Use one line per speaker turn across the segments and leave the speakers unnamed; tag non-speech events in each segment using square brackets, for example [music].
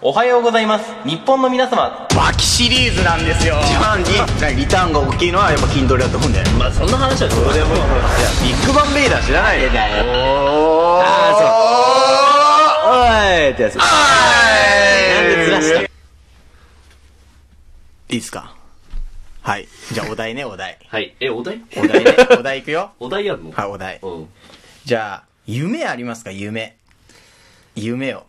おはようございます日本の皆様
バキシリーズなんですよ
一番にリターンが大きいのはやっぱ筋トレだと思うんだよ
まあそんな話はどうでもいい
ビッグバンベイダー知らないよ
だよ
おー
あ
おーいってやつなん
ー
でずらして
い
るいいっすかはいじゃあお題ねお [laughs] 題
はいえお題 [laughs]
お題ねお題いくよ
お題やるの
はいお題
うん
じゃあ夢ありますか夢夢を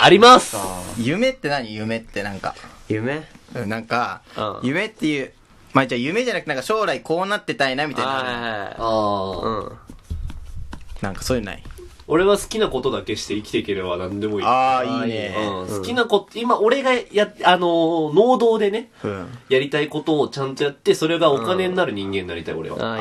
あります
夢って何夢ってなんか
夢
うんなんか、
うん
夢っていうまあじゃあ夢じゃなくてなんか将来こうなってたいなみたいな
は
あ
い
あ
うん
なんかそういうのない
俺は好きなことだけして生きていければ何でもいい
ああ
ー
いいね
うん好きなこと今俺がやあのー能動でね
うん
やりたいことをちゃんとやってそれがお金になる人間になりたい俺は
ああ
あ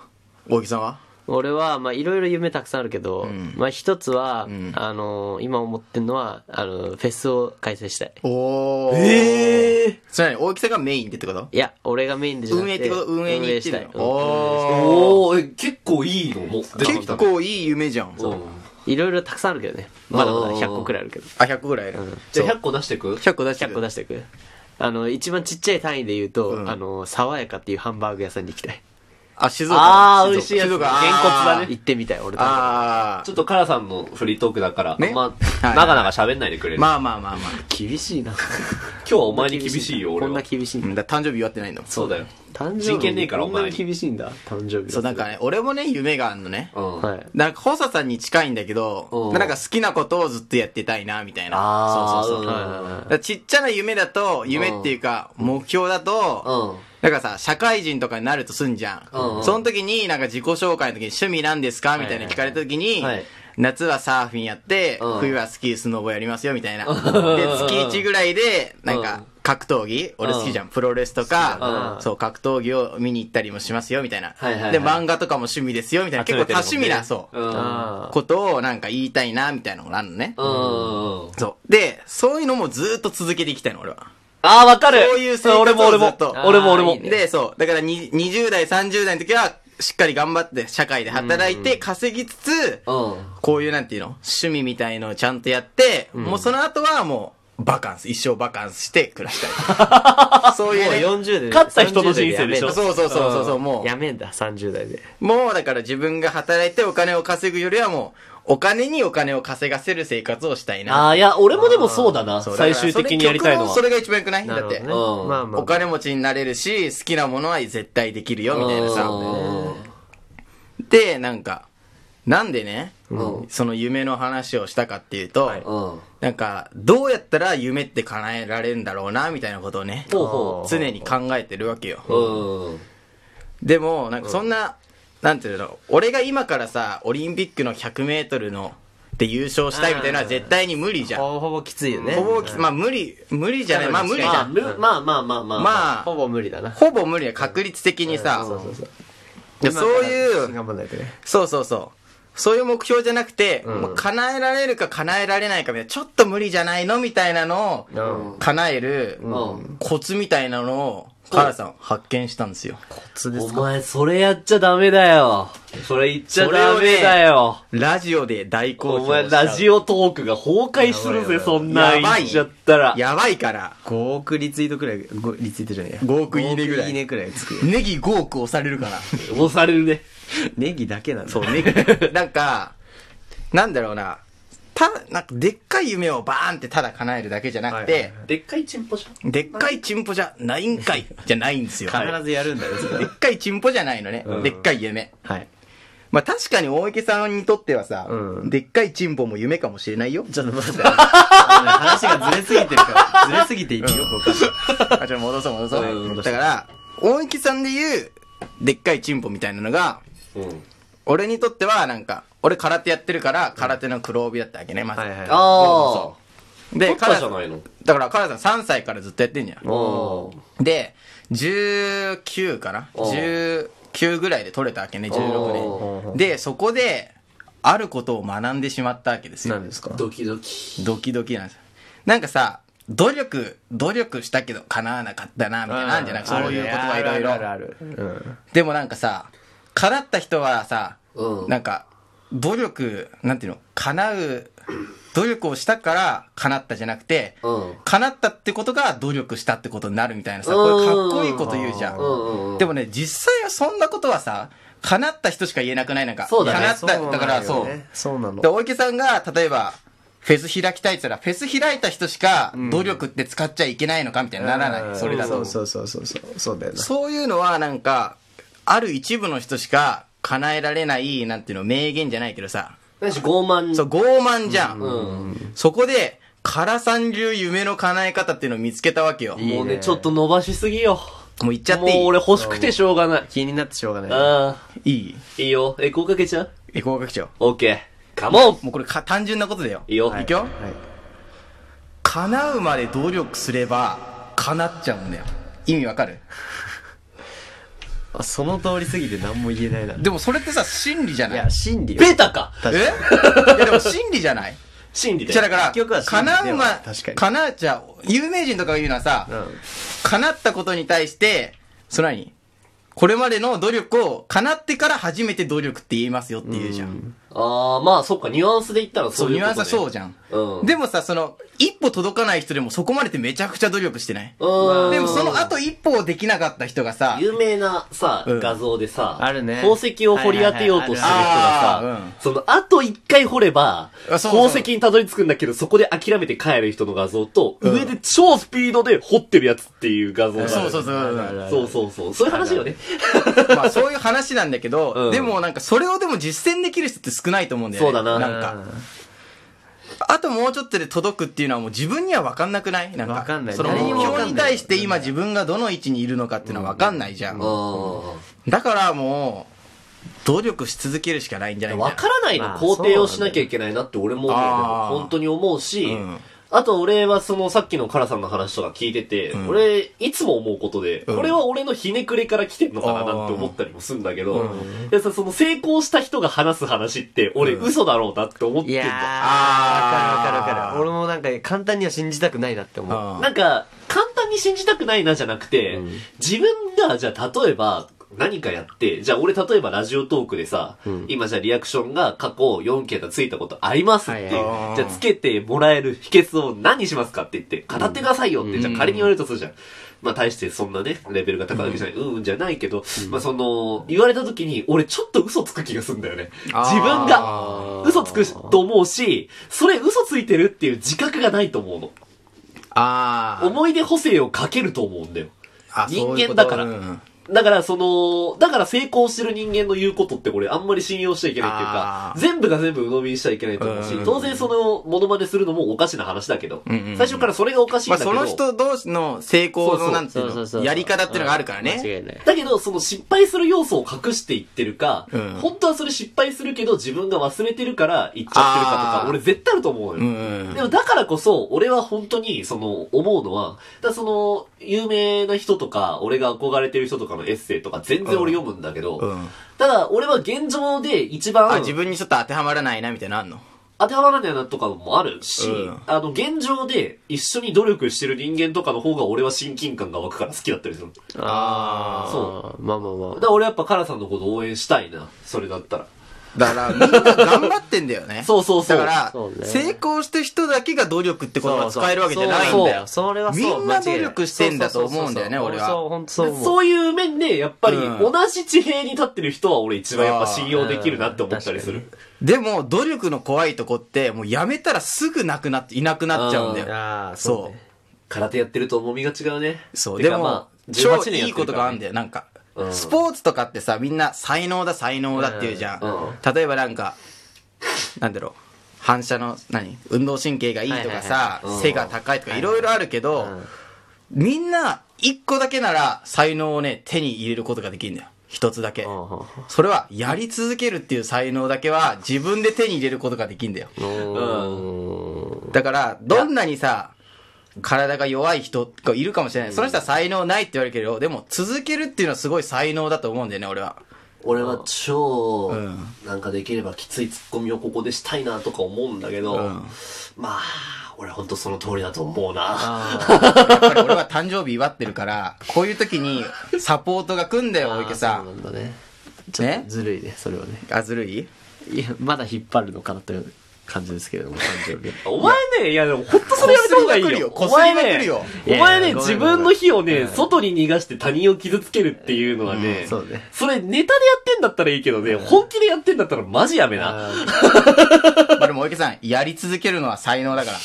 あ大木さんはい
い俺はまあいろいろ夢たくさんあるけど、まあ一つは、あのー今思ってるのはあのーフェスを開催したい
おーええー、それ何大木さんがメインでってこと
いや俺がメインでじゃなく
運
て
営ってこと運営に行ってんの
運営した
お
い
ー
おお結構いいのもう出てき
結
たね
構いい夢じゃん
うん
いろいろたくさんあるけどねまだまだ100個くらいあるけど
あ100ぐらいある、
じゃあ100個出してく
100個出して
100個
る
出してくあの一番ちっちゃい単位で言うと、
ん
あの爽やかっていうハンバーグ屋さんに行きたい
あ静岡
あー美味しいやつ
静岡あー
げんこつだね
行ってみたい俺と
あ
ちょっとカラさんのフリートークだから、
ね
あんま
はい
長々喋んないでくれ
あ
る、
まあまあまあまあ
厳しいな
今日はお前に厳しいよ俺
こん
は
な厳しいん
う
だ
んだから誕生日祝ってないの
そうだよ
誕生日
人権ねえからお前
こんなに厳しいんだ誕生日
そうなんかね俺もね夢があるのね
うん、
はい
なんか、補佐さんに近いんだけど
う、ん
なんか好きなことをずっとやってたいな、みたいな。
あー
そうそ
う
うそう。
ん
だからちっちゃな夢だと、夢っていうか、目標だ
う
と、
ん
なんかさ、社会人とかになるとすんじゃ
うんうん
ん。その時に、なんか自己紹介の時に趣味なんですかみたいな聞かれた時に
はいはいはい、
夏はサーフィンやって、
うん
冬はスキー、スノボやりますよ、みたいな。で、
ん
月1ぐらいで、なん
うん
か、格闘技俺好きじゃん。プロレスとか、そう、格闘技を見に行ったりもしますよ、みたいな。
はいはいはい
で、漫画とかも趣味ですよ、みたいな。結構多趣味な、そう。
うん
あ
ことをなんか言いたいな、みたいなのがあるのね。
うんうん
そう。で、そういうのもずっと続けていきたいの、俺は。
あー、わかる
そういう生活を
俺も俺
ず
も
っと。
俺も俺
あー
も
いい。ね
で、そう。だからに20代、30代の時は、しっかり頑張って、社会で働いて、稼ぎつつ、
うん。
こういうなんていうの趣味みたいのをちゃんとやって、もうその後はもう、バカンス、一生バカンスして暮らしたい。そう
もう
いうね。
40で
勝った人の人生でしょ
そうそうそうそうそう、もう。
やめんだ30代で
もうだから自分が働いてお金を稼ぐよりはもう、お金にお金を稼がせる生活をしたいな。
あー、いや、俺もでもそうだな。
そう
最終的にやりたいの
だ
は
からそ。れ極論それが一番良くない
なる
だ
ほ
っ
どね
て
ま。
うん
あまあ
お金持ちになれるし、好きなものは絶対できるよ、みたいなさ。で、なんか、なんでね、その夢の話をしたかっていうと、
はい
うん。うん。
なんか、どうやったら夢って叶えられるんだろうな、みたいなことをね、
ほうほ
常に考えてるわけよ。
う。うん。
でも、なんかそんな、なんていうの、俺が今からさ、オリンピックの100メートルの、で優勝したいみたいなのは絶対に無理じゃん。ほ
ほぼほぼきついよね
ぼ、まあ無理、無理じゃない、まあ無理じ
ま
ゃ
あ、
ん。
むまあまあまあまあ。
ま
ほ
あ、
ぼ無理だな
ほぼ無理だよ、確率的にさ。いやそうい
今から
う、
頑張んないとね
そうそうそう。そういう目標じゃなくて、もう叶えられるか叶えられないかみたいな、ちょっと無理じゃないのみたいなの
う
を、
ん
叶える
ん
コツみたいなのを、カラさん発見したんですよ。
お前、それやっちゃダメだよ。それ言っちゃ
それを
ダ
ね
メだよ。
ラジオで大好評
お前、
した
ラジオトークが崩壊するぜ、そんなん言っちゃったら。
やばいから。
5億リツイートくらい5リツイートじゃねえや
5億いいねぐらい
5億いいねくらいつくよ
ネギ5億押されるから。
[laughs] 押されるね。
ネギだけなんだ
そう、ネギ。なんか、なんだろうな。た、なんか、でっかい夢をバーンってただ叶えるだけじゃなくて、
はいはい
でっかいチンポじゃん。
でっかいチンポじゃない
[laughs]
んかい、じゃないんですよ。
はい
必ずやるんだよそ
で
れ
っかいチンポじゃないのね。でっかい夢。
はい
まあ確かに大池さんにとってはさ、
うん
でっかいチンポも夢かもしれないよ。
ちょっと待ってあのね話がずれすぎてるからずれすぎて意味よくわかんない
[laughs] あ、ちょ、戻そう戻そう
うん戻
だから、大池さんで言う、でっかいチンポみたいなのが、
うん。
俺にとってはなんか、俺空手やってるから、空手の黒帯だったわけね、まず。
はいはい
あ
で、
取った
カラ
じゃないの
だから、カラさん3歳からずっとやってんじゃ
あ。うん。
ん。で、19かな
おう
?19 ぐらいで取れたわけね、16
お
年。で、そこで、あることを学んでしまったわけですよ。
何ですか
ドキドキ。
ドキドキなんですよなんかさ、努力、努力したけど叶わなかったな、みたいな、なんじゃなくそういうことがいろい
ある
ろ。
あるあるある
でもなんかさ、叶った人はさ、
うん
なんか、努力、なんていうの、叶う努力をしたから叶ったじゃなくて、
うん
叶ったってことが努力したってことになるみたいなさ、これかっこいいこと言うじゃ
うんうんうん
ん。でもね、実際はそんなことはさ、叶った人しか言えなくないなんか。
そうだね
叶った、だから
そうなん
そ
だよね
う。
そうなの
で、大池さんが、例えば、フェス開きたいって言ったら、フェス開いた人しか努力って使っちゃいけないのかみたいにならない。それだ
そ
と
う。そうそうそうそうそうだよな
そういうのはなんか、ある一部の人しか叶えられない、なんていうの、名言じゃないけどさ。
だし傲慢
そう、傲慢じゃん。
うん
そこで、唐三流夢の叶え方っていうのを見つけたわけよ。
もうねちょっと伸ばしすぎよ
もう言っちゃっていい
もう俺欲しくてしょうがない
気になってしょうがない
ああ
いい
いいよえこうかけちゃう
え、合格長。
オッケーカモン
もうこれか単純なことだよ。
いいよ
いくよ。
はい
叶うまで努力すれば、叶っちゃうんだよ。意味わかる
あその通りすぎて何も言えないな
でもそれってさ、真理じゃ
い
ない
や真理よ
ベタか
えいやでも真理じゃない
真理だ
じゃあ
よ
だから、
結局は真理では
叶うま、
確かに
叶う、じゃあ、有名人とかが言うのはさ、
うん
叶ったことに対して、そのにこれまでの努力を、叶ってから初めて努力って言いますよって言うじゃん。
ああまあそっかニュアンスで言ったら
そ、
そううい
ニ
う
ュ
こ
ア
と
ンスはそうじゃん。
うん
でもさ、その、一歩届かない人でもそこまでってめちゃくちゃ努力してない。
うん
でもその後一歩をできなかった人がさ、
有名なさ、
うん
画像でさ、
あるね
宝石を掘り当てようとしてる人が
はいはいはいあるある
さ
う、
その、あと一回掘れば、
あそうそう
宝石にたどり着くんだけど、そこで諦めて帰る人の画像と、
うん
上で超スピードで掘ってるやつっていう画像がある。
そうそうそう
あ
う
るあ
ん。
るある
そうそうそう。そういう話よね。
まあそういう話なんだけど、
うん
でもなんかそれをでも実践できる人って少ないと思うんだよね。
そうだな
なんか。あともうちょっとで届くっていうのはもう自分には分かんなくないなんか。
分かんない
その
誰
目
にも分かんな
標
い
に対して今自分がどの位置にいるのかっていうのは分かんないじゃん。
う
だからもう、努力し続けるしかないんじゃない
ん。
みたい
わ
な
からない
ま
の
あ
肯定をしなきゃいけないなって俺も思うよ
あー
本当に思うし、
うん
あと俺はそのさっきのカラさんの話とか聞いてて、
ん
俺いつも思うことで、
うん
これは俺のひねくれから来てんのかななんて思ったりもするんだけど、でさその成功した人が話す話って俺嘘だろうなって思っ
い
てん
やー
の。
わ
あー
かるわかるわかる俺もなんか簡単には信じたくないなって思う
うん
なんか、簡単に信じたくないなじゃなくて、自分が、じゃあ例えば、何かやって、じゃあ俺例えばラジオトークでさ、今じゃあリアクションが過去4桁ついたことありますって、
はいはい
はい
じゃあつけてもらえる秘訣を何にしますかって言って、語ってくださいよって、じゃあ仮に言われるとするじゃん。まあ大してそんなね、レベルが高いわけじゃない、うん、うんじゃないけど、まあその、言われた時に俺ちょっと嘘つく気がするんだよね。自
あー
分が嘘つくと思うし、それ嘘ついてるっていう自覚がないと思うの。
あー
思い出補正をかけると思うんだよ。
あ
人
そういう
間
こと
だから
うん
だから、その、だから成功してる人間の言うことって俺あんまり信用しちゃいけないっていうか
あ、ー
全部が全部鵜呑みにしちゃいけないと思うし
う、ん
当然その、モノマネするのもおかしな話だけど、
んうんうん
最初からそれがおかしいん
ま
だ
あ
けど、
その人同士の成
そ
功
うそう
のなんてい
そうそう
う
そう
の、やり方っていうのがあるからね。
間違いない
だけど、その失敗する要素を隠していってるか、
うん
本当はそれ失敗するけど自分が忘れてるから言っちゃってるかと
あ
か、
ー
俺絶対あると思うのよ。
うん
でもだからこそ、俺は本当に、その、思うのは、だからその、有名な人とか、俺が憧れてる人とかのエッセイとか、全然俺読むんだけど、
うん
ただ、俺は現状で一番
あ、、自分にちょっと当てはまらないなみたいなのあんの
当てはまらないなとかもあるし、
うん
あの、現状で一緒に努力してる人間とかの方が俺は親近感が湧くから好きだったりする。だ
ああ
そ
まあまあま
から俺やっぱカラさんのこと応援したいな、それだったら。
だから、みんな頑張ってんだよね。
そうそうそう
だから
[laughs] そう、ね
成功した人だけが努力ってことが
あ
使えるわけじゃないん
そう
だ
だ
よ。
よそれはそう
みんな
間違いい
努力してんだと思うんだよね
そうそうそう
俺は
そう本当そう
で
思う
そういう面で、やっぱり、
うん
同じ地平に立ってる人は俺一番やっぱ信用できるなって思ったりする。
でも、努力の怖いとこって、もうやめたらすぐなくなって、いなくなっちゃうんだよ。
ああ
そ
空手やってると重みが違うね。
う。そう。
て
で
か
も、
まあ
超
18年やってるからね
いいことがあるんだよ。なんか、
うん
スポーツとかってさ、みんな才能だ、才能だって言うじゃん。
う
例えばなんか、なんだろう。反射の、何運動神経がいいと
はい
かさ、
はいはいうん
背が高いとか、いろいろあるけど、みんな、一個だけなら、才能をね、手に入れることができるんだよ。一つだけ。
う
それは、やり続けるっていう才能だけは、自分で手に入れることができるんだよ。
うん
だから、どんなにさ、体が弱い人がいるかもしれない。その人は才能ないって言われるけど、でも、続けるっていうのはすごい才能だと思うんだよね、俺は。
俺は超
ん、
なんかできればきついツッコミをここでしたいなとか思うんだけど、
ん
まあ、俺ほんとその通りだと思うな。
やっぱり俺は誕生日祝ってるから、こういう時に、サポートが来んだよ、大池さ
あーそ
ん。
うなんだね
ね
ずるいねそれはね
あ、ずるい
いやまだ引っ張るのかなという感じですけれども、誕生日。
お前ね、いやでもほんとそれやめた方がいいよ。
こ
お
すり
前
まくる
ね
よ、
いやいや
お前ね、
ごめん
自分の火をね、外に逃がして他人を傷つけるっていうのはね、
そうね。
それネタでやってんだったらいいけどね、本気でやってんだったらマジやめな。
まあでも、お池さん、やり続けるのは才能だから。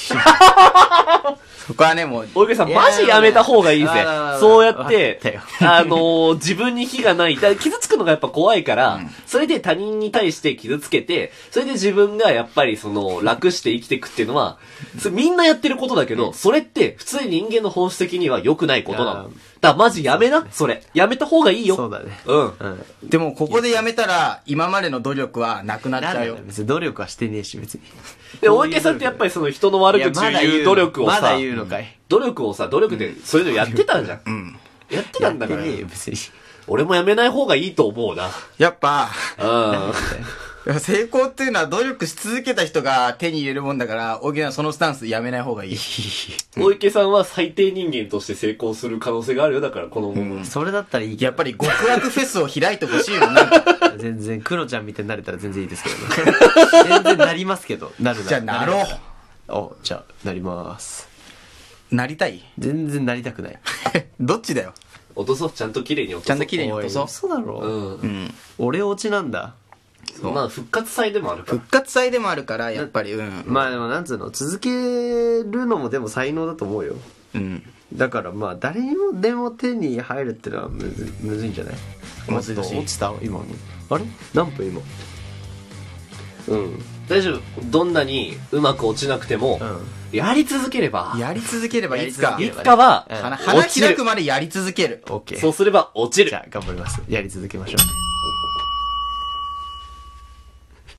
[laughs] そこはね、もう、
お池さん、
いやー
マジやめた方がいいぜ
あー。
そうやって
わか、
あのー、自分に火がない。だから傷つくのがやっぱ怖いから、それで他人に対して傷つけて、それで自分がやっぱりその、楽して生きていくっていうのは、それみんなやってることだけど、それって普通に人間の本質的には良くないことなの。
あ
だ
ー
からマジやめな、それ。やめた方がいいよ。
そうだね。
うん。
うん。
でも、ここでやめたら、今までの努力はなくなっちゃうよ。
別に努力はしてねえし、別に。
で、大池さんってやっぱりその人の悪口を言う努力を
まだ
さ、
言うのかい。
努力をさ、努力でそういうのやってたじゃん。やってたんだから。
ねえよ、別に。
俺もやめない方がいいと思うな。
やっぱ、
うん。
成功っていうのは努力し続けた人が手に入れるもんだから、大木さんそのスタンスやめない方がいい。
大池さんは最低人間として成功する可能性があるよ。だから、この、
それだったらいいけ
やっぱり極悪フェスを開いてほしいよ、なんか。
ど、全然、クロちゃんみたいになれたら全然いいですけ
[laughs]
どね。全然なりますけど。なるな。
じゃあなろ
う。お、じゃあ、なります。
う。なりたい [laughs]
全然なりたくない。
どっちだよ。
落とそう。ちゃんと綺麗に落と
ちゃ
そ
ん
う。
と綺麗に落とそう。
そうだろ、
うん。
俺落ちなんだ。
まあ、復活祭でもあるから。
復活祭でもあるから、やっぱり、うん。
まあでもなんつうの、続けるのもでも才能だと思うよ。
うん。
だからまあ、誰にもでも手に入るってのはむずむずいんじゃない
むずい
も
ら
っ
しい
と落ちた今の。あれ何分今うん。
大丈夫。どんなにうまく落ちなくても、やり続ければ、
やり続ければいつか
やり
い
続け。れば
つかは、
うん
花
落ちる
開くまでやり続ける。
オッケー。
そうすれば落ち
じ
る。
ゃあ頑張ります。やり続けましょう。